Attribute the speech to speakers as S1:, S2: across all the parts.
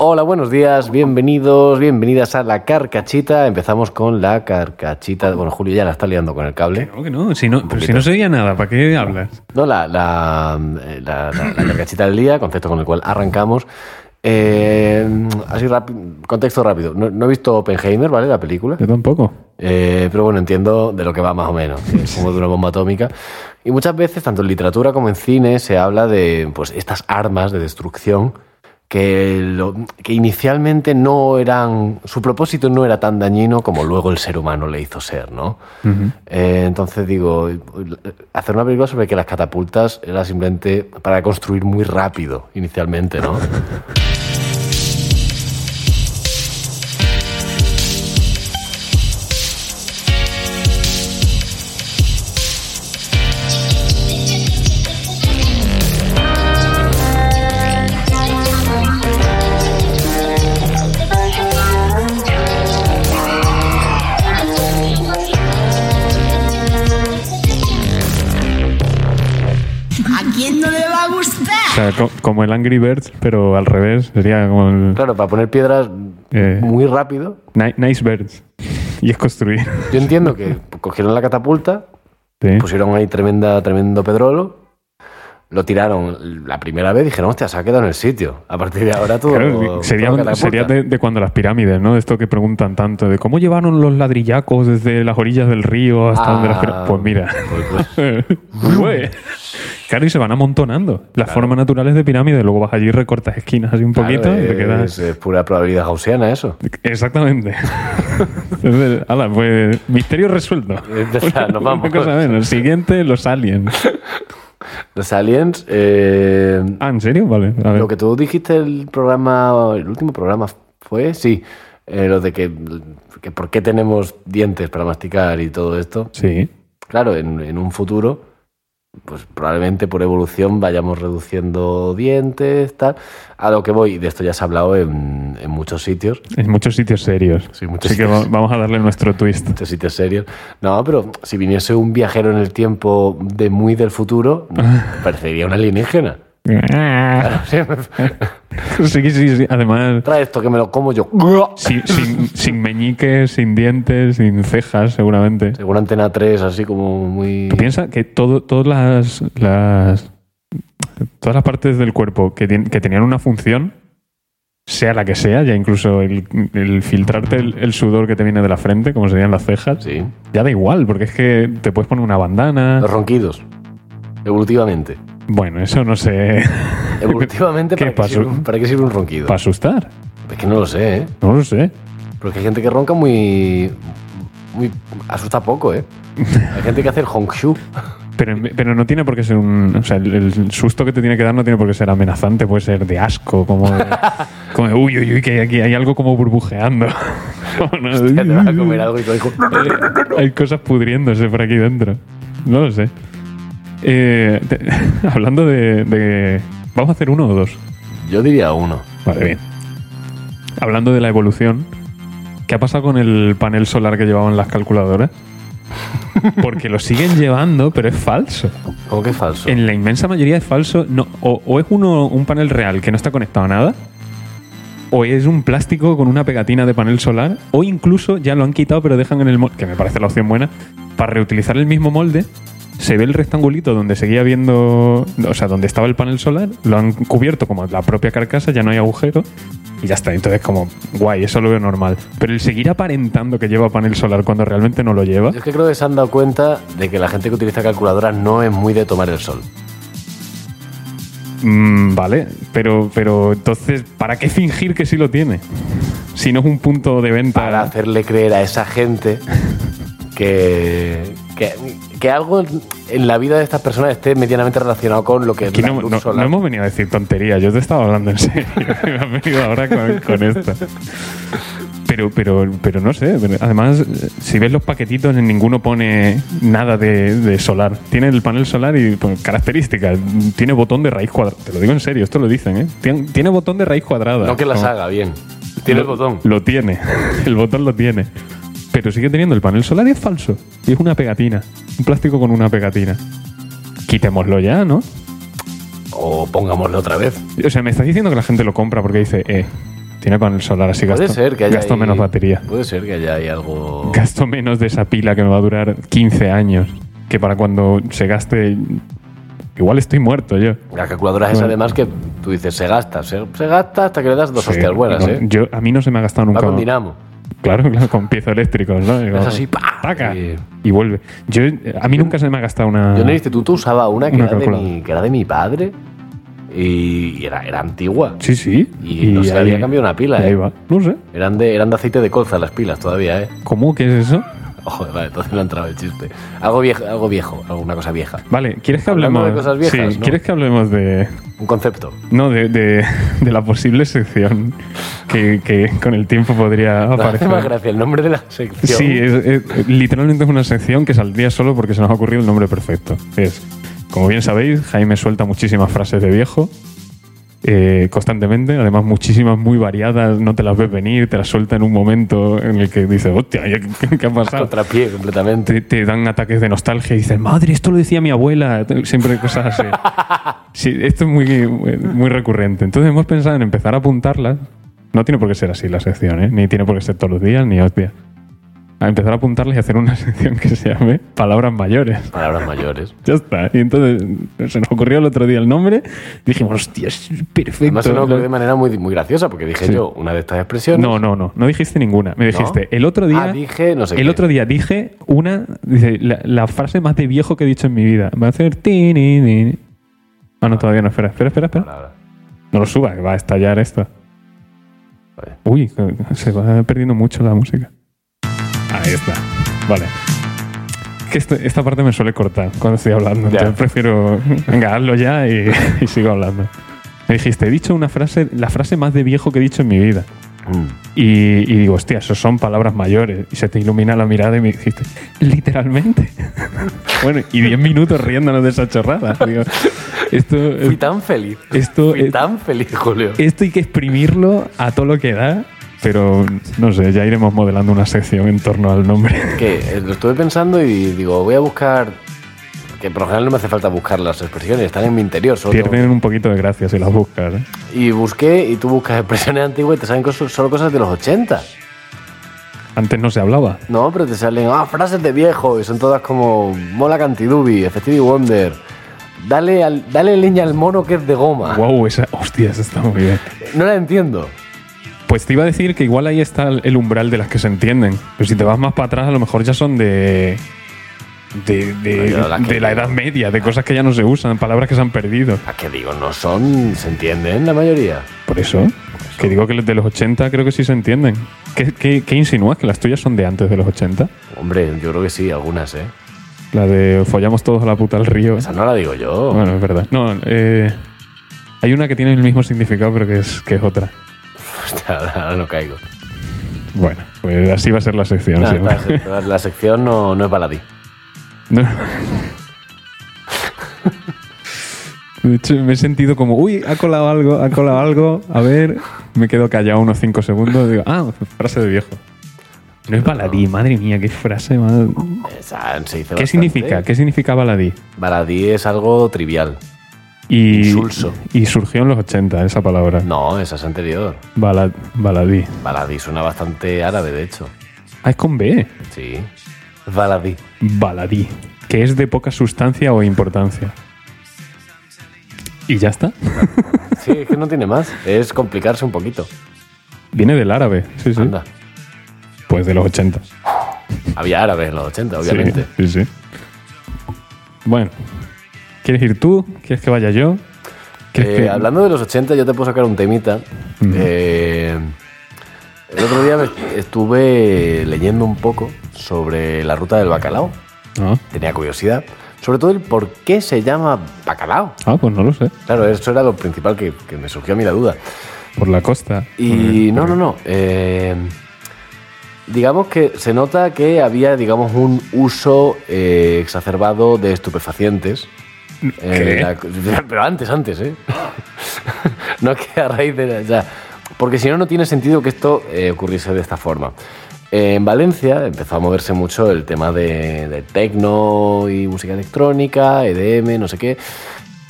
S1: Hola, buenos días, bienvenidos, bienvenidas a La Carcachita. Empezamos con La Carcachita. Bueno, Julio ya la está liando con el cable.
S2: Claro que no, si no, pero si no se oía nada, ¿para qué hablas?
S1: No, la, la, eh, la- la- la carcachita del día, concepto con el cual arrancamos. Eh, así, rápido, contexto rápido. No, no he visto Oppenheimer, ¿vale? La película.
S2: Yo tampoco.
S1: Eh, pero bueno, entiendo de lo que va más o menos, que es como de una bomba atómica. Y muchas veces, tanto en literatura como en cine, se habla de pues, estas armas de destrucción que, lo- que inicialmente no eran. Su propósito no era tan dañino como luego el ser humano le hizo ser, ¿no? Eh, entonces digo, hacer una película sobre que las catapultas era simplemente para construir muy rápido inicialmente, ¿no?
S3: ¿A quién no le va a
S2: O
S3: gustar?
S2: sea, co- como el Angry Birds, pero al revés. Sería como el
S1: Claro, para poner piedras
S2: Eh.
S1: muy rápido.
S2: Ni- Nice Birds. Y es construir.
S1: Yo entiendo que cogieron la catapulta,
S2: Sí.
S1: pusieron ahí tremenda, tremendo pedrolo, lo tiraron la primera vez y dijeron, hostia, se ha quedado en el sitio. A partir de ahora todo.
S2: Claro, sería,
S1: todo catapulta.
S2: sería de, de cuando las pirámides, ¿no? De esto que preguntan tanto, de cómo llevaron los ladrillacos desde las orillas del río hasta donde las
S1: Ah,
S2: pir- Pues mira.
S1: pues- pues,
S2: Güey. claro, y se van amontonando. Las formas naturales de pirámides, luego vas allí, recortas esquinas así un
S1: claro,
S2: poquito y te
S1: es,
S2: quedas.
S1: es pura probabilidad gaussiana eso.
S2: Exactamente. Entonces, ala, pues misterio resuelto.
S1: O sea, Eh, nos vamos.
S2: Una cosa menos. El siguiente, los aliens.
S1: Los aliens. eh,
S2: Ah, ¿en serio? Vale. A ver.
S1: Lo que tú dijiste el programa, el último programa fue, sí, eh, lo de que, que por qué tenemos dientes para masticar y todo esto.
S2: Sí.
S1: Claro, en, en un futuro, pues probablemente por evolución vayamos reduciendo dientes, tal. A lo que voy, y de esto ya se ha hablado en, en muchos sitios,
S2: En muchos sitios serios.
S1: Sí, muchos
S2: Así que
S1: sitios.
S2: va- vamos a darle nuestro twist.
S1: muchos sitios serios. No, pero si viniese un viajero en el tiempo de muy del futuro, parecería un alienígena.
S2: Sí, sí, sí. Además,
S1: Trae esto que me lo como yo.
S2: sí, sin, sin meñiques, sin dientes, sin cejas, seguramente.
S1: Según Antena 3, así como muy...
S2: Tú piensas que todo, todas las, las- todas las partes del cuerpo que, tien- que tenían una función, sea la que sea, ya incluso el, el filtrarte el, el sudor que te viene de la frente, como serían las cejas,
S1: Sí.
S2: ya da igual, porque es que te puedes poner una bandana.
S1: Los ronquidos. Evolutivamente.
S2: Bueno, eso no sé.
S1: Evolutivamente,
S2: ¿Qué
S1: ¿para, qué
S2: pasó?
S1: sirve, un- ¿para qué sirve un ronquido?
S2: Para asustar.
S1: Es que no lo sé, ¿eh?
S2: No lo sé.
S1: Porque hay gente que ronca muy. muy asusta poco, ¿eh? Hay gente que hace el hongshu.
S2: Pero, pero no tiene por qué ser un. O sea, el, el susto que te tiene que dar no tiene por qué ser amenazante, puede ser de asco, como. de- como de, uy, uy, uy, que aquí hay algo como burbujeando. Como, ¿no?
S1: que te vas a comer algo y todo dijo.
S2: Hay cosas pudriéndose por aquí dentro. No lo sé. Eh, te- hablando de, de- Vamos a hacer uno o dos.
S1: Yo diría uno.
S2: Vale, bien. Hablando de la evolución, ¿qué ha pasado con el panel solar que llevaban las calculadoras? Porque lo siguen llevando, pero es falso.
S1: ¿Cómo que es falso?
S2: En la inmensa mayoría es falso. No, o, o es uno, un panel real que no está conectado a nada, o es un plástico con una pegatina de panel solar, o incluso ya lo han quitado pero dejan en el molde, que me parece la opción buena, para reutilizar el mismo molde. Se ve el rectangulito donde seguía viendo, o sea, donde estaba el panel solar, lo han cubierto como la propia carcasa, ya no hay agujero y ya está. Entonces, como guay, eso lo veo normal. Pero el seguir aparentando que lleva panel solar cuando realmente no lo lleva,
S1: Yo es que creo que se han dado cuenta de que la gente que utiliza calculadoras no es muy de tomar el sol.
S2: Mm, vale, pero, pero entonces, ¿para qué fingir que sí lo tiene? Si no es un punto de venta.
S1: Para hacerle creer a esa gente que. que, que algo en la vida de estas personas esté medianamente relacionado con lo que es
S2: Aquí
S1: la
S2: no,
S1: luz
S2: no-
S1: solar.
S2: no hemos venido a decir tonterías, yo te estaba hablando en serio. Me has venido ahora con, con esto. Pero, pero, pero no sé. pero Además, si ves los paquetitos, en ninguno pone nada de, de solar. Tiene el panel solar y pues, características. Tiene botón de raíz cuadrada. Te lo digo en serio, esto lo dicen, ¿eh? Tien- tiene botón de raíz cuadrada.
S1: No que las
S2: Como-
S1: haga bien. Tiene el
S2: Lo-
S1: botón.
S2: Lo tiene. El botón lo tiene. Pero sigue teniendo el panel solar y es falso. Y es una pegatina. Un plástico con una pegatina. Quitémoslo ya, ¿no?
S1: O pongámoslo otra vez.
S2: O sea, me estás diciendo que la gente lo compra porque dice, eh, Tiene panel solar, así
S1: Puede
S2: gasto,
S1: ser que haya
S2: gasto
S1: ahí-
S2: menos batería.
S1: Puede ser que haya ahí algo.
S2: Gasto menos de esa pila que me va a durar 15 años. Que para cuando se gaste. Igual estoy muerto yo.
S1: La calculadora es esa,
S2: Bueno.
S1: además, que tú dices, se gasta, se, se gasta hasta que le das dos
S2: Sí,
S1: hostias buenas,
S2: no,
S1: ¿eh?
S2: yo- a mí no se me ha gastado
S1: Va
S2: nunca.
S1: con dinamo.
S2: Claro, claro, con piezo eléctricos, ¿no? Y
S1: Es
S2: como,
S1: así, ¡pa!
S2: ¡Taca!
S1: Y-
S2: Y, vuelve. Yo, a mí nunca se me ha gastado una.
S1: Yo en el instituto usaba una que,
S2: Mm. Una
S1: era, de
S2: calculadora.
S1: mi, que era de mi padre y, y era, era antigua.
S2: Sí, sí.
S1: Y no se le había cambiado una pila,
S2: y Ahí
S1: ¿eh?
S2: va. No sé.
S1: Eran de, eran de aceite de colza las pilas todavía, ¿eh?
S2: ¿Cómo? ¿Qué es eso?
S1: Ojo, vale, entonces no ha entrado el chiste. Algo viejo, algo viejo, alguna cosa vieja.
S2: Vale, ¿quieres que
S1: Hablando de
S2: hablemos.
S1: cosas viejas,
S2: sí,
S1: ¿no?
S2: ¿quieres que hablemos de.
S1: Un concepto.
S2: No, de, de, de la posible sección que, que con el tiempo podría
S1: Me hace
S2: aparecer.
S1: más gracia el nombre de la sección.
S2: Sí, es- es- literalmente es una sección que saldría solo porque se nos ha ocurrido el nombre perfecto. Es, como bien sabéis, Jaime suelta muchísimas frases de viejo eh, constantemente, además muchísimas muy variadas, no te las ves venir, te las suelta en un momento en el que dices, hostia, ¿qué, qué ha
S1: A
S2: pasado?
S1: contrapié completamente.
S2: Te, te dan ataques de nostalgia y dices, madre, esto lo decía mi abuela, siempre cosas así. Sí, esto es muy, muy, muy recurrente. Entonces hemos pensado en empezar a apuntarlas. No tiene por qué ser así la sección, ¿eh? ni tiene por qué ser todos los días, ni hostia. A empezar a apuntarlas y hacer una sección que se llame Palabras Mayores.
S1: Palabras mayores.
S2: Ya está. Y entonces se nos ocurrió el otro día el nombre. Dijimos, hostia, es perfecto.
S1: Además, se me ocurrió de manera muy, muy graciosa porque dije
S2: Sí.
S1: yo una de estas expresiones.
S2: No, no, no. No dijiste ninguna. Me dijiste, el otro día.
S1: Ah, dije, no sé
S2: El
S1: qué.
S2: otro día dije una. Dice, la, la frase más de viejo que he dicho en mi vida. Va a hacer. ti, ni, ni, ni. Ah, no, todavía no. Espera, espera, espera. espera.
S1: Ahora, ahora.
S2: No lo suba, que va a estallar esto.
S1: Vale.
S2: Uy, se va perdiendo mucho la música. Ahí está. Vale. Que esto- esta parte me suele cortar cuando estoy hablando.
S1: Ya.
S2: Entonces prefiero. Venga, hazlo ya y, y sigo hablando. Me dijiste, he dicho una frase, la frase más de viejo que he dicho en mi vida.
S1: Mm.
S2: Y, y digo, hostia, eso son palabras mayores. Y se te ilumina la mirada y me dijiste, literalmente. bueno, y 10 minutos riéndonos de esa chorrada. Digo, esto,
S1: Fui tan feliz.
S2: esto, eh,
S1: Fui tan feliz, Julio.
S2: esto hay que exprimirlo a todo lo que da. Pero no sé, ya iremos modelando una sección en torno al nombre.
S1: que eh, lo estuve pensando y digo, voy a buscar. Que por lo general no me hace falta buscar las expresiones, están en mi interior. Solo tengo-
S2: Pierden un poquito de gracia si las buscas. ¿eh?
S1: Y busqué, y tú buscas expresiones antiguas y te salen cosas- solo cosas de los 80.
S2: Antes no se hablaba.
S1: No, pero te salen ah, frases de viejo y son todas como Mola Cantidubi, Effective Wonder. Dale, al, dale leña al mono que es de goma.
S2: Wow, esa. Hostia, esa está muy bien.
S1: No la entiendo.
S2: Pues te iba a decir que igual ahí está el el umbral de las que se entienden. Pero si te vas más para atrás, a lo mejor ya son de. de, de-
S1: Bueno, las que-
S2: de la Edad Media, de cosas que ya no se usan, palabras que se han perdido.
S1: Las que digo, no son, se entienden la mayoría.
S2: Por eso, que digo que los de los 80 creo que sí se entienden. ¿Qué, qué, qué insinúas? ¿Que las tuyas son de antes de los 80?
S1: Hombre, yo creo que sí, algunas, ¿eh?
S2: La de follamos todos a la puta al río.
S1: Esa no la digo yo.
S2: Bueno, es verdad. No, eh, hay una que tiene el mismo significado, pero que es, que es otra.
S1: Hostia, ahora no caigo.
S2: Bueno, pues así va a ser la sección.
S1: Nada,
S2: siempre.
S1: la, la sección no, no es para ti.
S2: No. De hecho, me he sentido como, uy, ha colado algo, ha colado algo. A ver, me quedo callado unos 5 segundos. Digo, ah, frase de viejo. No es baladí, madre mía, qué frase más.
S1: Esa se dice
S2: ¿Qué
S1: bastante.
S2: significa? ¿Qué significa baladí?
S1: Baladí es algo trivial.
S2: Y,
S1: Insulso.
S2: y surgió en los 80 esa palabra.
S1: No, esa es anterior.
S2: Bala- baladí.
S1: Baladí suena bastante árabe, de hecho.
S2: Ah, es con B.
S1: Sí. Baladí.
S2: Baladí. Que es de poca sustancia o importancia. Y ya está.
S1: Sí, es que no tiene más. Es complicarse un poquito.
S2: Viene del árabe. Sí, sí.
S1: Anda.
S2: Pues de los 80.
S1: Había árabes en los 80, obviamente.
S2: Sí, sí. sí. Bueno, ¿quieres ir tú? ¿Quieres que vaya yo? ¿Quieres
S1: Eh,
S2: que-
S1: Hablando de los 80, yo te puedo sacar un temita. Eh, el otro día me- estuve leyendo un poco sobre la ruta del bacalao.
S2: No.
S1: Tenía curiosidad. Sobre todo el por qué se llama bacalao.
S2: Ah, pues no lo sé.
S1: Claro, eso era lo principal que, que me surgió a mí la duda.
S2: Por la costa.
S1: Y no, no, no. eh, digamos que se nota que había, digamos, un uso eh, exacerbado de estupefacientes. Eh, la- pero antes, antes, ¿eh? no es que a raíz de... la- ya. Porque si no, no tiene sentido que esto eh, ocurriese de esta forma. Eh, en Valencia empezó a moverse mucho E el tema de, de tecno y música electrónica, EDM, no sé qué.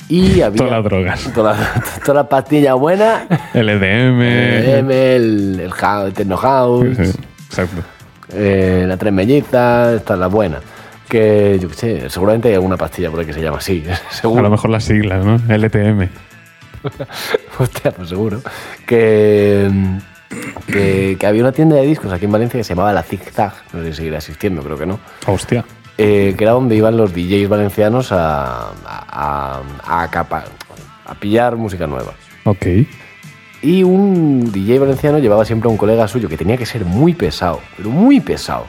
S1: Y había.
S2: Todas las drogas.
S1: Toda la, toda la pastilla buena.
S2: LDM.
S1: El, el, el, hou- el Techno House.
S2: Eh. Sí, sí, Exacto.
S1: eh, la tres mellizas, esta es la buena. Que yo qué sé, seguramente hay alguna pastilla por ahí que se llama así,
S2: A lo
S1: seguro.
S2: mejor las siglas, ¿no? LTM.
S1: Hostia, pues seguro. Que, que, que había una tienda de discos aquí en Valencia que se llamaba La Zig Zag, no sé si seguirá existiendo, creo que no.
S2: Hostia.
S1: Eh, que era donde iban los DJs valencianos a, a, a, a acapar- a pillar música nueva.
S2: Ok.
S1: Y un DJ valenciano llevaba siempre a un colega suyo que tenía que ser muy pesado, pero muy pesado.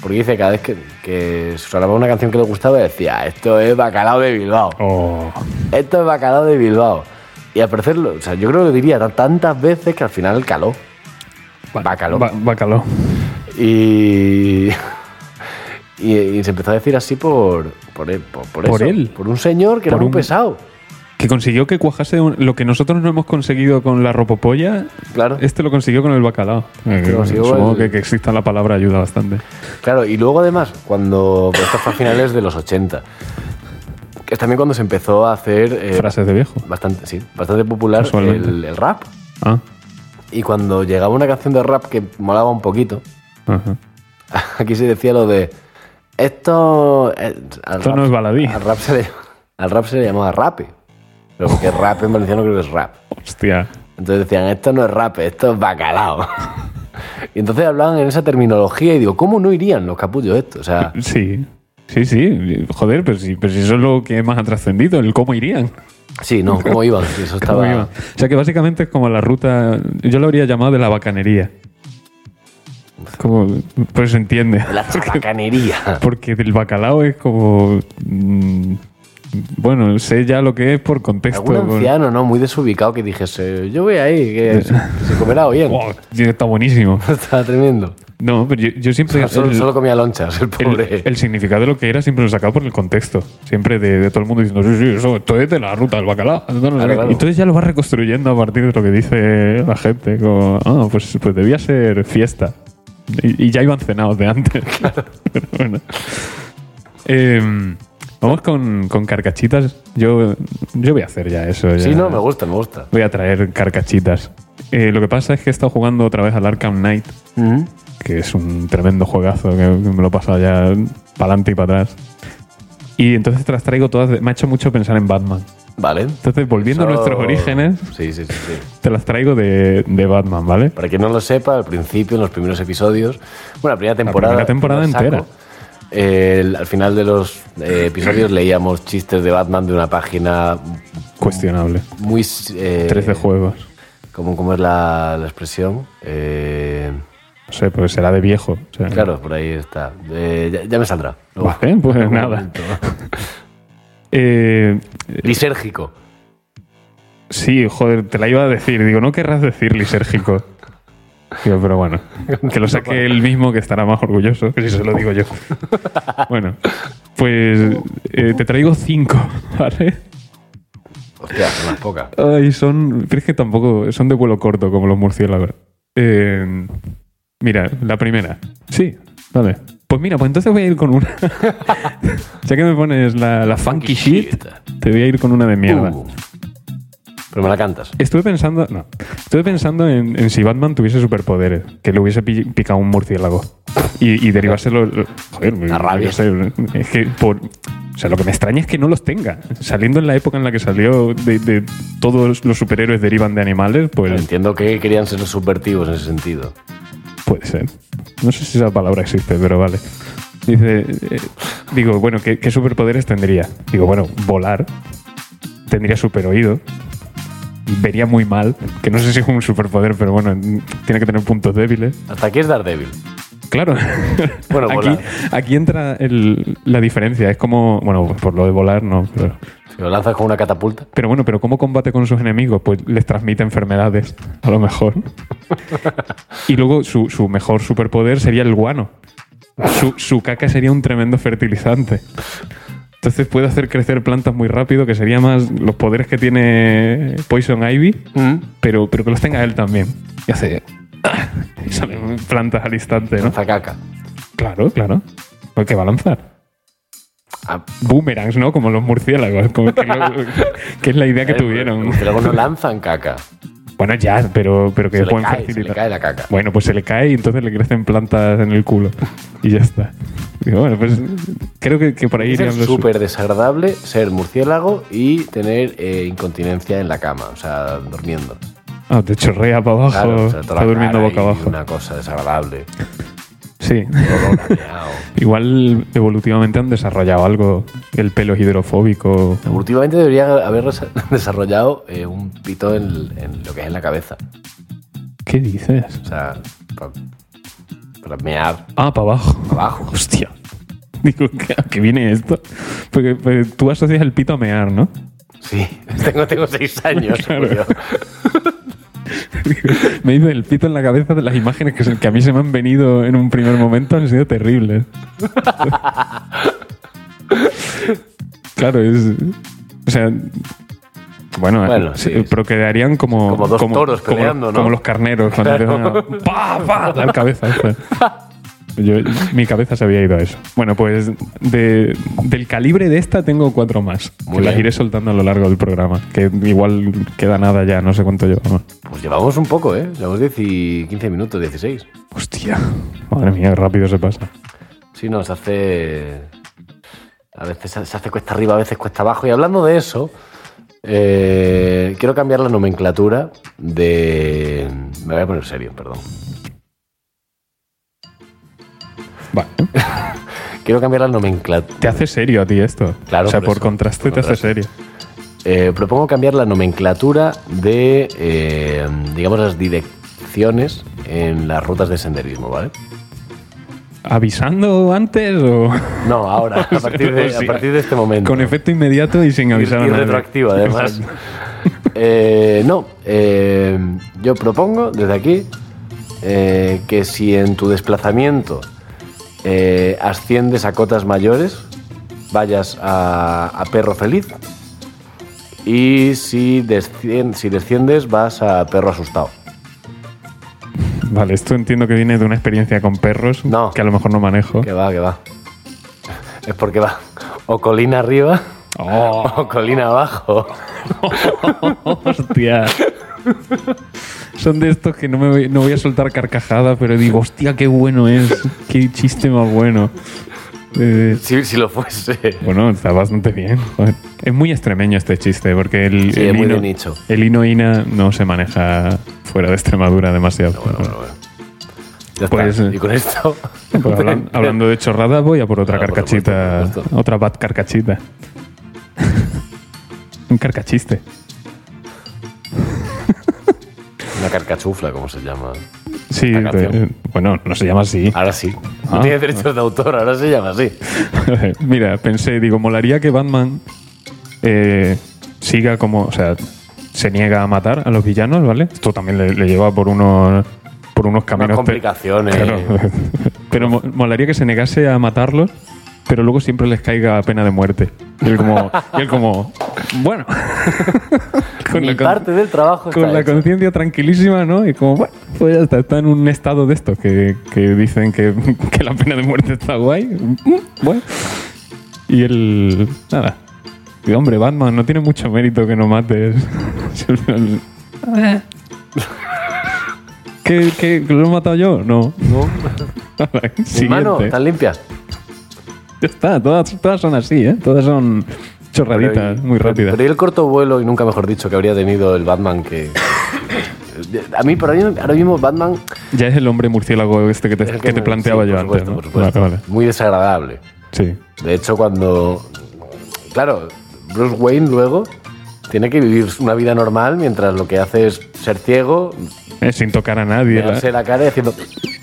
S1: Porque dice, cada vez que, que sonaba una canción que le gustaba, decía, esto es bacalao de Bilbao,
S2: Oh.
S1: esto es bacalao de Bilbao. Y al parecer, lo- o sea, yo creo que diría ta- tantas veces que al final caló. Bacaló.
S2: Ba- bacaló.
S1: Y, y, y se empezó a decir así por, por él. Por,
S2: Por
S1: eso,
S2: él.
S1: Por un señor que era
S2: Por
S1: muy
S2: un-
S1: pesado.
S2: Que consiguió que cuajase un- lo que nosotros no hemos conseguido con la ropopolla.
S1: Claro.
S2: Este lo consiguió con el bacalao. Eh,
S1: consiguió
S2: supongo
S1: el-
S2: que, que exista la palabra ayuda bastante.
S1: Claro, y luego además, cuando. pues Esto fue a finales de los 80. Que es también cuando se empezó a hacer. eh,
S2: Frases de viejo.
S1: Bastante, sí, bastante popular
S2: Casualmente.
S1: el, el rap.
S2: Ah.
S1: Y cuando llegaba una canción de rap que molaba un poquito,
S2: Ajá.
S1: aquí se decía lo de. Esto. eh, al
S2: Esto no es baladí.
S1: Al rap se le, al rap se le llamaba rape. Pero porque rap en valenciano creo que es rap.
S2: Hostia.
S1: Entonces decían, esto no es rap, esto es bacalao. y entonces hablaban en esa terminología y digo, ¿cómo no irían los capullos esto? O sea,
S2: Sí. Sí, sí. Joder, pero sí, pero si eso es lo que más ha trascendido, el cómo irían.
S1: sí, no, ¿cómo iban? Sí, Eso
S2: Cómo
S1: estaba...
S2: iban. O sea que básicamente es como la ruta, yo lo habría llamado de la bacanería. Como, pues se entiende.
S1: La chabacanería.
S2: Porque el bacalao es como. mm, bueno, sé ya lo que es por contexto.
S1: Algún
S2: por-
S1: anciano, ¿no? Muy desubicado que dijese, yo voy ahí, que se, que se comerá bien.
S2: Wow, tío, está buenísimo.
S1: Estaba tremendo.
S2: No, pero yo, yo siempre.
S1: Solo,
S2: el,
S1: solo comía lonchas, el
S2: el-
S1: pobre.
S2: el significado de lo que era siempre lo sacaba por el contexto. Siempre de, de todo el mundo diciendo, sí, sí, eso, esto es de la ruta del bacalao. No, no, no.
S1: Claro, claro.
S2: Y Entonces ya lo vas reconstruyendo a partir de lo que dice la gente. Como, ah, pues, pues debía ser fiesta. Y, y ya iban cenados de antes. Pero bueno. Em, vamos con, con carcachitas. Yo, yo voy a hacer ya eso. ya.
S1: Sí, no, me gusta, me gusta.
S2: Voy a traer carcachitas. Eh, lo que pasa es que he estado jugando otra vez al Arkham Knight Mm.
S1: Ujú.
S2: que es un tremendo juegazo, que me lo he pasado ya para adelante y para atrás. Y entonces te las traigo todas, de- me ha hecho mucho pensar en Batman.
S1: Vale.
S2: Entonces, volviendo a
S1: Eso-
S2: nuestros orígenes,
S1: Sí, sí, sí, sí.
S2: te las traigo de, de Batman, ¿vale?
S1: Para quien no lo sepa, al principio, en los primeros episodios, bueno, la primera temporada.
S2: primera temporada
S1: la saco,
S2: entera.
S1: eh, el- al final de los eh, episodios leíamos chistes de Batman de una página
S2: Cuestionable.
S1: muy... eh,
S2: 13 juegos.
S1: ¿Cómo, cómo es la, la expresión? Eh,
S2: No sé, pues será de viejo. o sea,
S1: claro, por ahí está. Eh, ya, ya me saldrá. Luego.
S2: Vale, pues
S1: Un
S2: nada.
S1: momento.
S2: Eh,
S1: Lisérgico.
S2: sí, joder, te la iba a decir. Digo, no querrás decir lisérgico. Digo, pero bueno, que lo saque él mismo que estará más orgulloso que si se lo digo yo. Bueno, pues eh, te traigo cinco, ¿vale?
S1: Hostia, son las pocas.
S2: Ay, son. Pero es que tampoco. Son de vuelo corto, como los murciélagos. Eh, mira, la primera. Sí, vale. Pues mira, pues entonces voy a ir con una. ya que me pones la, la funky shit, te voy a ir con una de mierda. Pues
S1: Uh. Pero me la cantas.
S2: Estuve pensando. No. Estuve pensando en, en si Batman tuviese superpoderes. Que le hubiese pi- picado un murciélago. Y, y derivárselo. Joder,
S1: La rabia.
S2: yo sé, es que por. O sea, lo que me extraña es que no los tenga. Saliendo en la época en la que salió de, de todos los superhéroes derivan de animales, pues
S1: Entiendo que querían ser subvertidos en ese sentido.
S2: puede ser. No sé si esa palabra existe, pero vale. Dice, eh, digo, bueno, ¿qué, qué superpoderes tendría? Digo, bueno, volar. Tendría super oído. Vería muy mal, que no sé si es un superpoder, pero bueno, tiene que tener puntos débiles.
S1: Hasta aquí es Daredevil.
S2: Claro.
S1: Bueno,
S2: aquí,
S1: volar.
S2: aquí entra el- la diferencia. Es como, bueno, por lo de volar, no. Pero,
S1: Si lo lanzas con una catapulta.
S2: pero bueno, pero ¿cómo combate con sus enemigos? Pues les transmite enfermedades, a lo mejor. y luego su, su mejor superpoder sería el guano. Su, su caca sería un tremendo fertilizante. Entonces puede hacer crecer plantas muy rápido, que sería más los poderes que tiene Poison Ivy, pero, pero que los tenga él también. Y hace... y salen plantas al instante, ¿no? Pues
S1: Lanza caca.
S2: Claro, claro. Porque va a lanzar.
S1: Ah,
S2: Boomerangs, ¿no? Como los murciélagos, como que, lo- que es la idea que
S1: eh,
S2: tuvieron.
S1: Pero luego no lanzan caca.
S2: Bueno, ya, pero, pero que
S1: Se le
S2: pueden
S1: cae, se le
S2: facilitar.
S1: cae la caca.
S2: Bueno, pues se le cae y entonces le crecen plantas en el culo. Y ya está. Digo, bueno, pues creo que, que por ahí irían
S1: Es
S2: los-
S1: súper desagradable ser murciélago y tener eh, incontinencia en la cama, o sea, durmiendo.
S2: Ah, te chorrea para abajo.
S1: Claro, o sea, toda
S2: está
S1: la
S2: durmiendo
S1: cara
S2: boca
S1: y
S2: abajo.
S1: Una cosa desagradable.
S2: Sí.
S1: Todo arañado.
S2: Igual evolutivamente han desarrollado algo. El pelo es hidrofóbico.
S1: Últimamente debería haber resa- desarrollado eh, un pito en, en lo que es en la cabeza.
S2: ¿Qué dices?
S1: O sea, para, para mear
S2: Ah, para abajo.
S1: abajo.
S2: Hostia. Digo, ¿qué, a qué viene esto? Porque pues, tú asocias el pito a mear, ¿no?
S1: Sí, tengo, tengo seis años.
S2: Claro.
S1: Julio.
S2: me dice el pito en la cabeza de las imágenes que, se- que a mí se me han venido en un primer momento han sido terribles. claro, es. O sea. Bueno, eh,
S1: Bueno,
S2: se-
S1: sí, sí.
S2: procrearían como.
S1: Como dos toros
S2: como-
S1: peleando, ¿no?
S2: Como los carneros cuando empiezan a. ¡Pa! ¡Pa! La cabeza. esta. Yo- mi cabeza se había ido a eso. Bueno, pues de- del calibre de esta tengo cuatro más.
S1: Muy
S2: que las
S1: bien.
S2: iré soltando a lo largo del programa. Que igual queda nada ya, no sé cuánto llevamos.
S1: Pues llevamos un poco, ¿eh? Llevamos 10 y 15 minutos, 16.
S2: Hostia. Madre mía, qué rápido se pasa.
S1: Sí, nos hace. A veces se hace cuesta arriba, a veces cuesta abajo. Y hablando de eso, eh, quiero cambiar la nomenclatura de. Me voy a poner serio, perdón.
S2: Vale.
S1: Quiero cambiar la nomenclatura.
S2: Te hace serio a ti esto.
S1: Claro,
S2: O sea,
S1: por
S2: por
S1: eso,
S2: contraste
S1: por
S2: te hace
S1: contraste.
S2: serio.
S1: Eh, propongo cambiar la nomenclatura de, eh, digamos, las direcciones en las rutas de senderismo, ¿vale?
S2: ¿Avisando antes o.?
S1: No, ahora, a partir de,
S2: O sea,
S1: a partir de este momento.
S2: Con efecto inmediato y sin
S1: Y-
S2: avisar a
S1: y
S2: nadie.
S1: retroactiva, además.
S2: Exacto.
S1: Eh, no, eh, yo propongo desde aquí eh, que si en tu desplazamiento eh, asciendes a cotas mayores, vayas a, a perro feliz. Y si, descien- si desciendes, vas a perro asustado.
S2: Vale, esto entiendo que viene de una experiencia con perros
S1: No.
S2: que a lo mejor no manejo.
S1: Que va, que va. Es porque va o colina arriba
S2: ¡Oh!
S1: o colina abajo.
S2: ¡Hostia! Son de estos que no, me voy, no voy a soltar carcajada, pero digo, hostia, qué bueno es. Qué chiste más bueno. Eh,
S1: Si, si lo fuese.
S2: Bueno, está bastante bien. joder. Es muy extremeño este chiste, porque el,
S1: Sí,
S2: el
S1: es muy
S2: hino,
S1: de nicho.
S2: el hino Ina no se maneja fuera de Extremadura demasiado.
S1: Bueno, bueno, bueno. Ya
S2: Pues,
S1: está.
S2: eh,
S1: Y con esto.
S2: Pues hablan- hablando de chorradas, voy a por otra
S1: Claro, Ah, por
S2: carcachita,
S1: supuesto, por supuesto.
S2: otra bad carcachita. Un carcachiste.
S1: Una carcachufla, como se llama.
S2: Sí,
S1: La canción.
S2: eh, bueno, no se llama así.
S1: Ahora sí.
S2: Ah.
S1: No tiene derechos de autor, ahora se llama así.
S2: Mira, pensé, digo, molaría que Batman eh, siga como, o sea, se niega a matar a los villanos, ¿vale? Esto también le, le lleva por unos, por unos
S1: Unas
S2: caminos. pe-
S1: complicaciones.
S2: Claro. Pero mo- molaría que se negase a matarlos, pero luego siempre les caiga pena de muerte. Y él como, y él como bueno.
S1: Mi
S2: la con-
S1: parte del trabajo está
S2: con la
S1: hecha.
S2: conciencia tranquilísima, ¿no? Y como, bueno, pues ya está, está en un estado de esto que, que dicen que, que la pena de muerte está guay. Mm, Bueno. Y él, nada. Y hombre, Batman, no tiene mucho mérito que no mates. ¿Qué, qué, ¿Lo he matado yo? No.
S1: ¿No? Mi
S2: Siguiente.
S1: mano, están limpias.
S2: Ya está, todas, todas son así, ¿eh? Todas son chorraditas, muy rápidas.
S1: Pero y el corto vuelo, y nunca mejor dicho, que habría tenido el Batman que. A mí, para mí, ahora mismo, Batman.
S2: Ya es el hombre murciélago este que te,
S1: es el
S2: que te
S1: me-
S2: planteaba
S1: sí,
S2: yo
S1: por supuesto,
S2: antes.
S1: por
S2: ¿no?
S1: supuesto.
S2: Vale, vale.
S1: Muy desagradable.
S2: Sí.
S1: De hecho, cuando. Claro, Bruce Wayne luego tiene que vivir una vida normal mientras lo que hace es ser ciego,
S2: Eh, sin tocar a nadie. la-
S1: mirarse la cara y haciendo.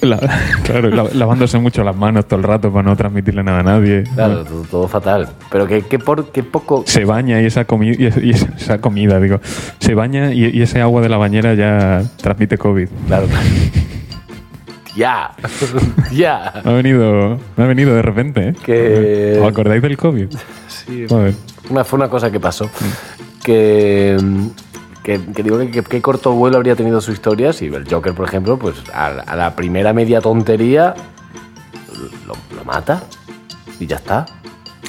S2: la- claro, la- lavándose mucho las manos todo el rato para no transmitirle nada a nadie.
S1: Claro, todo, todo fatal. Pero que, que por, que poco.
S2: Se baña y esa, comi- y esa- y esa- esa comida, digo. Se baña y, y ese agua de la bañera ya transmite COVID.
S1: Claro. Ya. Ya.
S2: Ha venido, me ha venido de repente, ¿eh?
S1: Que-
S2: ¿Os acordáis del COVID?
S1: Sí.
S2: Joder.
S1: Una, fue una cosa que pasó. Que. Que, que digo que, que- que corto vuelo habría tenido su historia si el Joker, por ejemplo, pues a, a la primera media tontería lo, lo mata y ya está.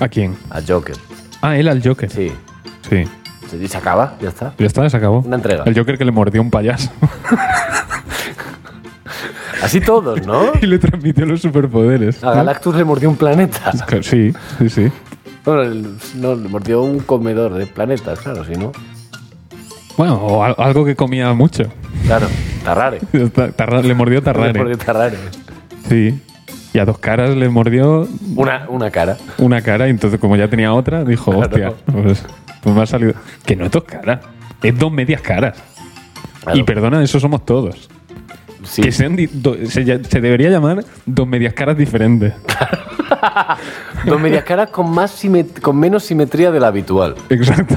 S2: ¿A quién?
S1: a Joker.
S2: Ah, él al Joker.
S1: Sí.
S2: Sí.
S1: Y se acaba, ya está.
S2: Ya está, se acabó.
S1: Una entrega.
S2: El Joker que le mordió un payaso
S1: Así todos, ¿no?
S2: y le transmitió los superpoderes.
S1: A Galactus le mordió un planeta.
S2: Sí, sí, sí.
S1: Bueno, el- no, le mordió un comedor de planetas, claro, si no.
S2: Bueno, o al- algo que comía mucho.
S1: Claro, Tarrare.
S2: Ta- Tarra- le mordió
S1: Le mordió
S2: Tarrare.
S1: Tarrare.
S2: Sí. Y a dos caras le mordió
S1: Una, una cara.
S2: una cara y entonces como ya tenía otra, dijo,
S1: Claro.
S2: hostia, pues, pues me ha salido... Que no es dos caras, es dos medias caras.
S1: Claro.
S2: Y perdona, eso somos todos.
S1: Sí.
S2: Que sean di- do- se, ya- se debería llamar dos medias caras diferentes.
S1: Dos medias caras con, más simet- con menos simetría de la habitual.
S2: Exacto.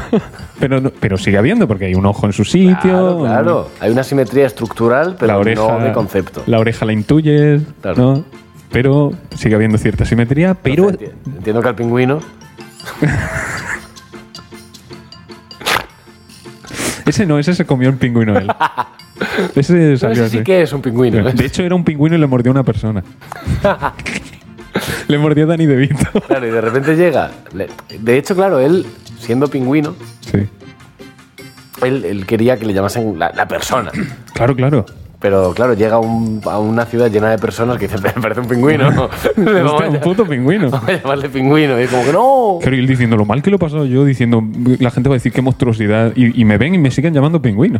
S2: Pero, no- pero sigue habiendo, porque hay un ojo en su sitio.
S1: Claro, claro. Hay una simetría estructural, pero
S2: la oreja,
S1: no de concepto.
S2: La oreja la intuyes,
S1: Claro.
S2: ¿no? Pero sigue habiendo cierta simetría, pero...
S1: Enti- Entiendo que al pingüino.
S2: Ese no, ese se comió el pingüino él. Ese
S1: Pero
S2: salió
S1: ese
S2: así.
S1: sí que es un pingüino. ¿eh?
S2: De hecho, era un pingüino y le mordió a una persona. le mordió a Dani DeVito.
S1: Claro, y de repente llega. le- De hecho, claro, él, siendo pingüino,
S2: sí.
S1: él, él quería que le llamasen la, la persona.
S2: Claro, claro.
S1: Pero claro, llega a un- a una ciudad llena de personas que dicen, "Me parece un pingüino. Le vamos,
S2: Hostia,
S1: a,
S2: Este un
S1: llam-
S2: puto pingüino.
S1: vamos a llamarle pingüino. Y es como que no.
S2: Claro, y él diciendo lo mal que lo he pasado yo, diciendo la gente va a decir qué monstruosidad. Y, y me ven y me siguen llamando pingüino.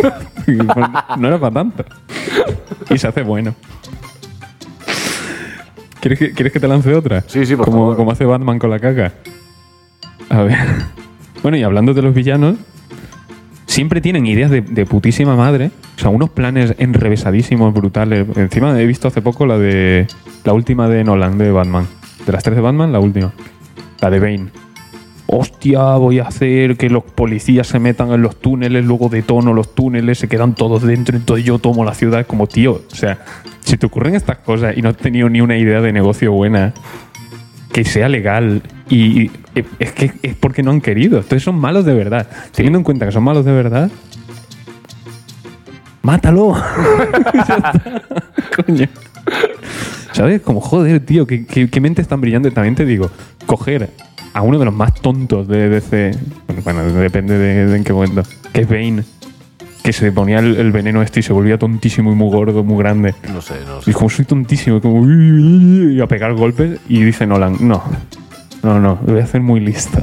S2: Y, pues, no era para tanto. Y se hace bueno. ¿Quieres que, quieres que te lance otra?
S1: Sí, sí, por
S2: como,
S1: favor.
S2: Como hace Batman con la caca. A ver. Bueno, y hablando de los villanos, siempre tienen ideas de, de putísima madre. O sea, unos planes enrevesadísimos, brutales. Encima he visto hace poco la de. La última de Nolan, de Batman. De las tres de Batman, la última. La de Bane. Hostia, voy a hacer que los policías se metan en los túneles, luego detono los túneles, se quedan todos dentro, entonces yo tomo la ciudad como tío. O sea, si te ocurren estas cosas y no has tenido ni una idea de negocio buena, que sea legal y y es que es porque no han querido. Entonces son malos de verdad. Teniendo en cuenta que son malos de verdad, mátalo. Ya está. Coño. ¿Sabes? Como joder, tío, qué, qué- qué mentes tan brillantes. También te digo, coger a uno de los más tontos de DC, bueno, depende de, de en qué momento, que es Bane, que se ponía el, el veneno este y se volvía tontísimo y muy gordo, muy grande.
S1: No sé, no
S2: Y
S1: sé.
S2: como soy tontísimo, como "Uy, uy, uy", y a pegar golpes. Y dice Nolan, no, no, no, lo voy a hacer muy listo.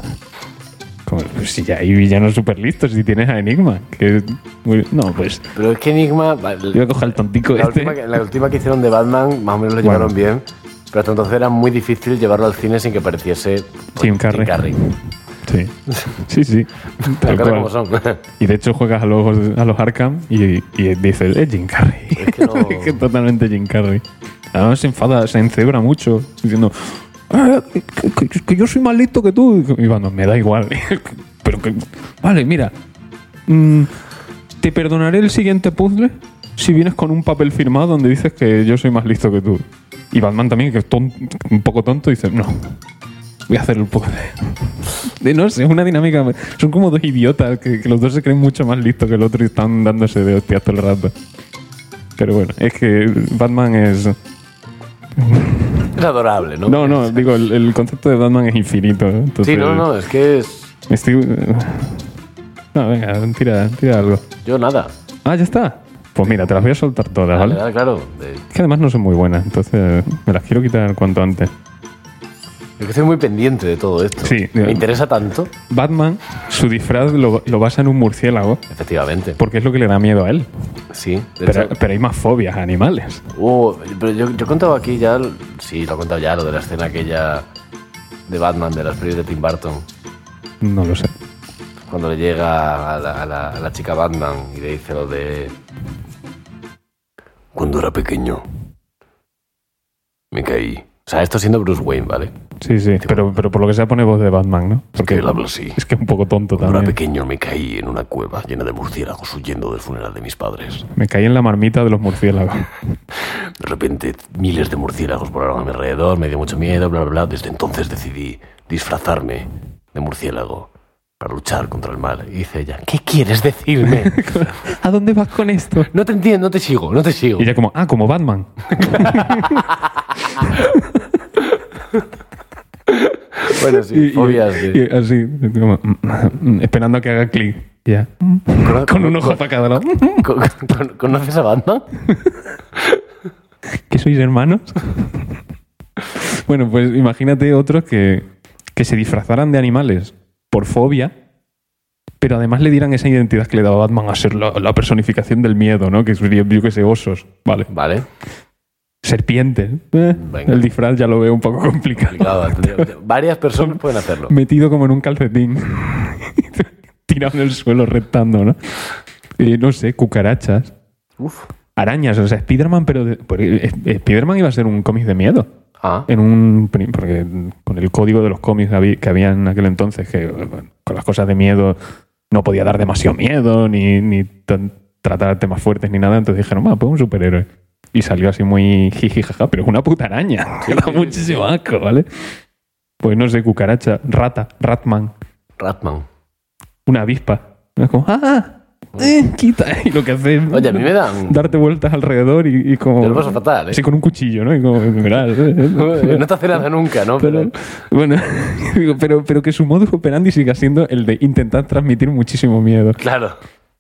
S2: Como, pues si ya hay villanos súper listos, si tienes a Enigma, que es muy- no, pues
S1: Pero es que Enigma.
S2: yo voy a coger al tontico
S1: La
S2: este.
S1: última, que, la última que hicieron de Batman, más o menos lo llevaron bien. Pero hasta entonces era muy difícil llevarlo al cine sin que pareciese pues,
S2: Jim Carrey. Sí, sí, sí.
S1: Las cosas
S2: Tal cual.
S1: como son.
S2: Y de hecho juegas a los, a los Arkham y, y dices, es Jim Carrey.
S1: Es que no-
S2: Es que totalmente Jim Carrey. Además se enfada, se encebra mucho, diciendo, "Ah, que, que- que yo soy más listo que tú. Y cuando me da igual. Pero que, vale, mira, mm, te perdonaré el siguiente puzzle si vienes con un papel firmado donde dices que yo soy más listo que tú. Y Batman también, que es ton- un poco tonto, dice, no, voy a hacer el puzzle. De, no sé, es una dinámica. Son como dos idiotas que, que los dos se creen mucho más listos que el otro y están dándose de hostias todo el rato. Pero bueno, es que Batman es.
S1: es adorable, ¿no?
S2: No, no, digo, el, el concepto de Batman es infinito. ¿eh? Entonces,
S1: Sí, no, no, es que es.
S2: Estoy. No, venga, tira, tira algo.
S1: Yo nada.
S2: Ah, ya está. Pues mira, te las voy a soltar todas,
S1: Vale,
S2: ¿vale?
S1: vale, Claro. de-
S2: Es que además no son muy buenas, entonces me las quiero quitar cuanto antes.
S1: Es que estoy muy pendiente de todo esto.
S2: Sí,
S1: Me
S2: ya.
S1: interesa tanto.
S2: Batman, su disfraz lo, lo basa en un murciélago,
S1: Efectivamente.
S2: porque es lo que le da miedo a él.
S1: Sí. de
S2: Pero,
S1: hecho-
S2: pero hay más fobias a animales.
S1: Uh, pero yo, yo he contado aquí ya. Sí, lo he contado ya, lo de la escena aquella de Batman, de las películas de Tim Burton.
S2: No lo sé.
S1: Cuando le llega a la, a la- a la chica Batman y le dice lo de. Cuando era pequeño. Me caí. O sea, esto siendo Bruce Wayne, ¿vale?
S2: Sí, sí, pero, pero por lo que sea pone voz de Batman, ¿no?
S1: Porque él habla así.
S2: Es que es un poco tonto
S1: Cuando era
S2: también.
S1: pequeño me caí en una cueva llena de murciélagos huyendo del funeral de mis padres.
S2: Me caí en la marmita de los murciélagos.
S1: De repente, miles de murciélagos volaron a mi alrededor, me dio mucho miedo, bla, bla, bla. Desde entonces decidí disfrazarme de murciélago para luchar contra el mal. Y dice ella, ¿qué quieres decirme?
S2: ¿A dónde vas con esto?
S1: No te entiendo, no te sigo, no te sigo.
S2: Y ella como, ah, como Batman.
S1: Bueno, sí,
S2: Y- y-
S1: fobias. sí.
S2: y así, como, mm, esperando a que haga clic. Ya. Con un ojo para cada lado.
S1: ¿Con- con- ¿Conoces a Batman?
S2: ¿Que sois hermanos? bueno, pues imagínate otros que, que se disfrazaran de animales por fobia, pero además le dieran esa identidad que le daba Batman a ser la, la personificación del miedo, ¿no? Que sería, yo que sé, osos, vale.
S1: Vale,
S2: Serpientes. eh,
S1: Venga.
S2: el disfraz ya lo veo un poco complicado.
S1: complicado. tendría- Varias personas pueden hacerlo.
S2: Metido como en un calcetín. Tirado en el suelo reptando, ¿no? Eh, no sé, cucarachas.
S1: Uf.
S2: Arañas, o sea, Spider-Man, pero... de- porque, eh, Spider-Man iba a ser un cómic de miedo.
S1: Ah,
S2: en un prim- porque con el código de los cómics habi- que había en aquel entonces que bueno, con las cosas de miedo no podía dar demasiado miedo ni, ni tan- tratar temas fuertes ni nada entonces dijeron va pues un superhéroe y salió así muy jiji jaja pero es una puta araña que da muchísimo asco ¿vale? pues no sé cucaracha rata ratman
S1: Ratman.
S2: una avispa es como ¡ah! ah, eh, quita y lo que hace es
S1: Oye, a mí me dan.
S2: darte vueltas alrededor y, y como
S1: Te lo paso fatal, ¿eh?
S2: sí con un cuchillo ¿no? y como mirad, eh,
S1: No te hace nada nunca, ¿no?
S2: pero, bueno, digo, pero, pero que su modus operandi siga siendo el de intentar transmitir muchísimo miedo.
S1: Claro.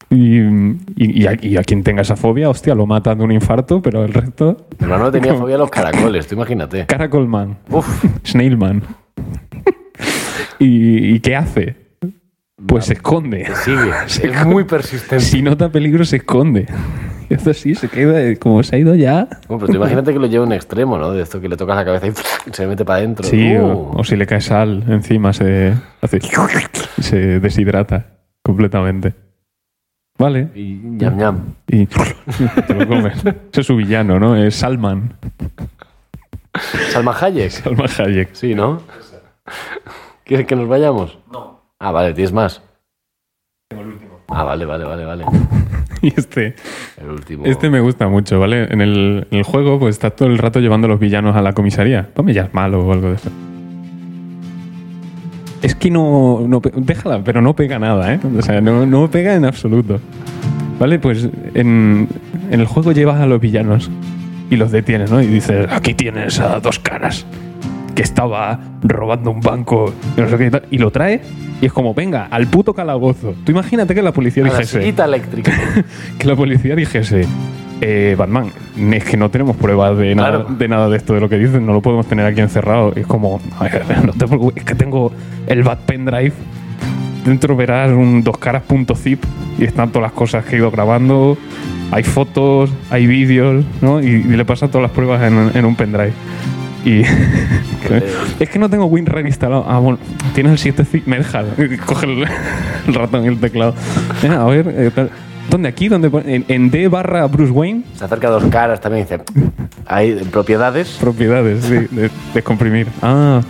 S2: Y, y- y a, y a quien tenga esa fobia, hostia, lo matan de un infarto, pero el resto,
S1: Mi hermano tenía fobia a los caracoles, tú imagínate.
S2: Caracolman,
S1: Uf.
S2: Snailman. ¿Y, y qué hace? Pues se esconde.
S1: Sigue. Es muy persistente.
S2: Si nota peligro, se esconde. Y hace así, se queda eh, como se ha ido ya.
S1: Bueno, pero tú imagínate que lo lleva a un extremo, ¿no? De esto que le tocas la cabeza y se mete para adentro.
S2: Sí,
S1: Uh.
S2: o, o si le cae sal encima se hace y se deshidrata completamente. Vale.
S1: Y ñam ñam.
S2: Y te lo comes. Ese es su villano, ¿no? Es Salman.
S1: Salma Hayek.
S2: Salman Hayek.
S1: Sí, ¿no? ¿Quieres que nos vayamos? No. Ah, vale, tienes más. Tengo el último. Ah, vale, vale, vale, vale.
S2: Y este,
S1: El último.
S2: este me gusta mucho, ¿vale? En el, en el juego, pues estás todo el rato llevando a los villanos a la comisaría. Ponme ya es malo o algo de eso. Es que no, no. pe- Déjala, pero no pega nada, ¿eh? O sea, no, no pega en absoluto. Vale, pues en, en el juego llevas a los villanos y los detienes, ¿no? Y dices, aquí tienes a dos caras que estaba robando un banco y no sé qué y tal", y lo trae y es como, venga, al puto calabozo. Tú imagínate que la policía
S1: A la
S2: dijese
S1: sillita eléctrica.
S2: que la policía dijese, eh, Batman, es que no tenemos pruebas de nada,
S1: Claro.
S2: de nada de esto, de lo que dicen, no lo podemos tener aquí encerrado. Y es como, no te preocupes, es que tengo el Bat Pendrive. Dentro verás un dos caras.zip y están todas las cosas que he ido grabando. Hay fotos, hay vídeos, ¿no? Y, y le pasan todas las pruebas en, en un pendrive. Y. es que no tengo WinRAR instalado. Ah, bueno, tienes el 7 zip. Me deja. Coge el, el ratón y el teclado. Eh, a ver, eh, tal. ¿dónde aquí? ¿Dónde pone? en, en D barra Bruce Wayne,
S1: Se acerca a dos caras también y dice: Hay propiedades.
S2: propiedades, sí, de- descomprimir. Ah,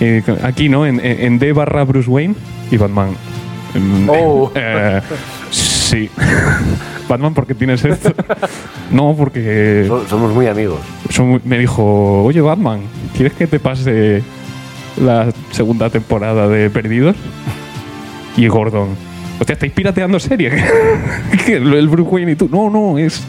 S2: eh, aquí no, en, en- en D barra Bruce Wayne y Batman. Mm,
S1: Oh.
S2: eh, sí. Batman, ¿por qué tienes esto? No, porque
S1: So- Somos muy amigos.
S2: son muy- me dijo, oye Batman, ¿quieres que te pase la segunda temporada de Perdidos? Y Gordon, hostia, estáis pirateando serie. que lo- el Bruce Wayne y tú, no, no, es...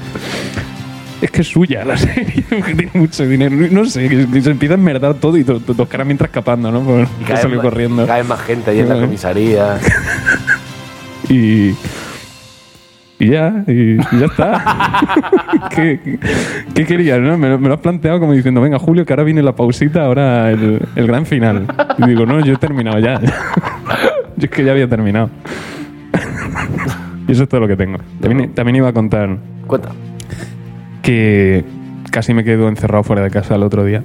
S2: Es que es suya la serie, porque tiene mucho dinero. No sé, que, que se empieza a enmerdar todo y to- to- dos caras mientras escapando, ¿no? Por
S1: Y
S2: por salir
S1: ma-
S2: corriendo.
S1: cae más gente ahí en la
S2: Claro.
S1: comisaría.
S2: Y. Y ya, y, y ya está. ¿Qué, qué- qué querías? no? Me, lo- me lo has planteado como diciendo, venga, Julio, que ahora viene la pausita, ahora el, el gran final. Y digo, no, yo he terminado ya. yo es que ya había terminado. y eso es todo lo que tengo. También, también iba a contar
S1: Cuenta.
S2: que casi me quedo encerrado fuera de casa el otro día.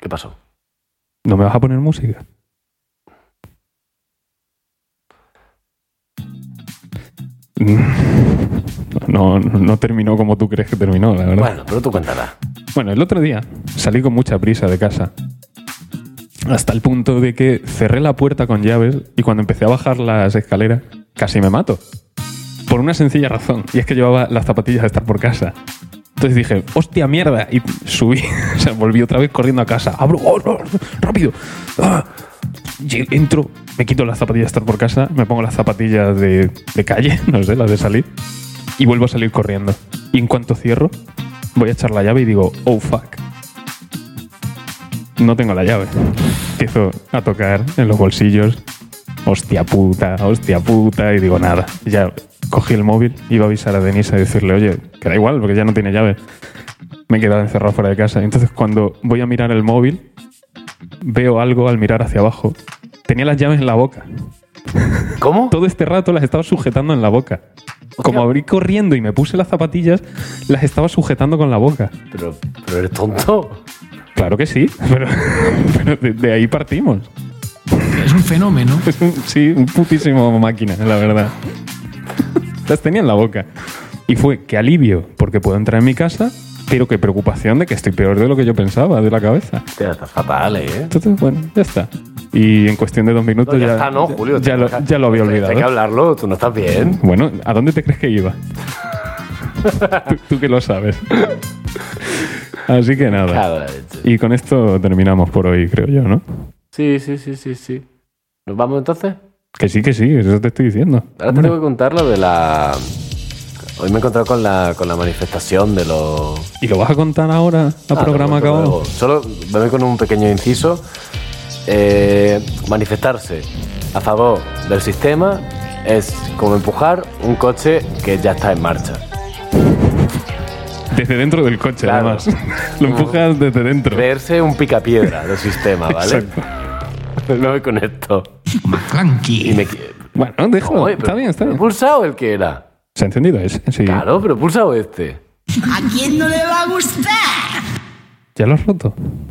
S1: ¿Qué pasó?
S2: ¿No me vas a poner música? No, no, no terminó como tú crees que terminó, la verdad. Bueno.
S1: Bueno, pero tú cuéntala.
S2: el otro día salí con mucha prisa de casa. Hasta el punto de que cerré la puerta con llaves y cuando empecé a bajar las escaleras casi me mato. Por una sencilla razón, y es que llevaba las zapatillas de estar por casa. Entonces dije, hostia mierda, y subí, o sea, volví otra vez corriendo a casa. Abro, oh, no, rápido. Ah. Lle- entro, me quito las zapatillas de estar por casa, me pongo las zapatillas de, de calle, no sé, las de salir, y vuelvo a salir corriendo. Y en cuanto cierro, voy a echar la llave y digo, oh fuck. No tengo la llave. Empiezo a tocar en los bolsillos. Hostia puta, hostia puta. Y digo, nada. Ya cogí el móvil, iba a avisar a Denise a decirle, oye, que da igual, porque ya no tiene llave. Me he quedado encerrado fuera de casa. Entonces, cuando voy a mirar el móvil, veo algo al mirar hacia abajo. Tenía las llaves en la boca.
S1: ¿Cómo?
S2: Todo este rato las estaba sujetando en la boca. Como abrí corriendo y me puse las zapatillas, las estaba sujetando con la boca.
S1: Pero, pero eres tonto.
S2: Claro que sí, pero, pero de, de ahí partimos.
S4: Es un fenómeno.
S2: Es un- sí, un putísimo máquina, la verdad. Las tenía en la boca. Y fue que alivio, porque puedo entrar en mi casa, pero qué preocupación de que estoy peor de lo que yo pensaba, de la cabeza.
S1: Hostia, está fatal, ¿eh?
S2: Entonces, bueno, ya está. Y en cuestión de dos minutos
S1: No,
S2: ya,
S1: ya, está, no, Julio.
S2: ya, lo, ya lo había olvidado.
S1: Hay que hablarlo, tú no estás bien.
S2: Bueno, ¿a dónde te crees que iba? tú, tú que lo sabes. Así que nada.
S1: Cago en la leche.
S2: Y con esto terminamos por hoy, creo yo, ¿no?
S1: Sí, sí, sí, sí, sí. ¿Nos vamos entonces?
S2: Que sí, que sí, eso te estoy diciendo.
S1: Ahora te tengo que contar lo de la... Hoy me he encontrado con la, con la manifestación de los...
S2: ¿Y lo vas a contar ahora a
S1: Ah,
S2: programa
S1: te lo cuento
S2: acabado?
S1: luego. Solo me voy con un pequeño inciso. Eh, manifestarse a favor del sistema es como empujar un coche que ya está en marcha.
S2: Desde dentro del coche,
S1: Claro.
S2: además. Lo empujas desde dentro.
S1: Creerse un picapiedra del sistema, ¿vale?
S2: Exacto.
S1: No voy con esto. Y
S4: McClanky.
S1: me... qui-
S2: Bueno, déjalo.
S1: Oye, pero
S2: está bien, está
S1: he
S2: bien.
S1: pulsado el que era.
S2: ¿Se ha encendido ese? Sí.
S1: Claro, pero he pulsado este.
S3: ¿A quién no le va a gustar?
S2: ¿Ya lo has roto?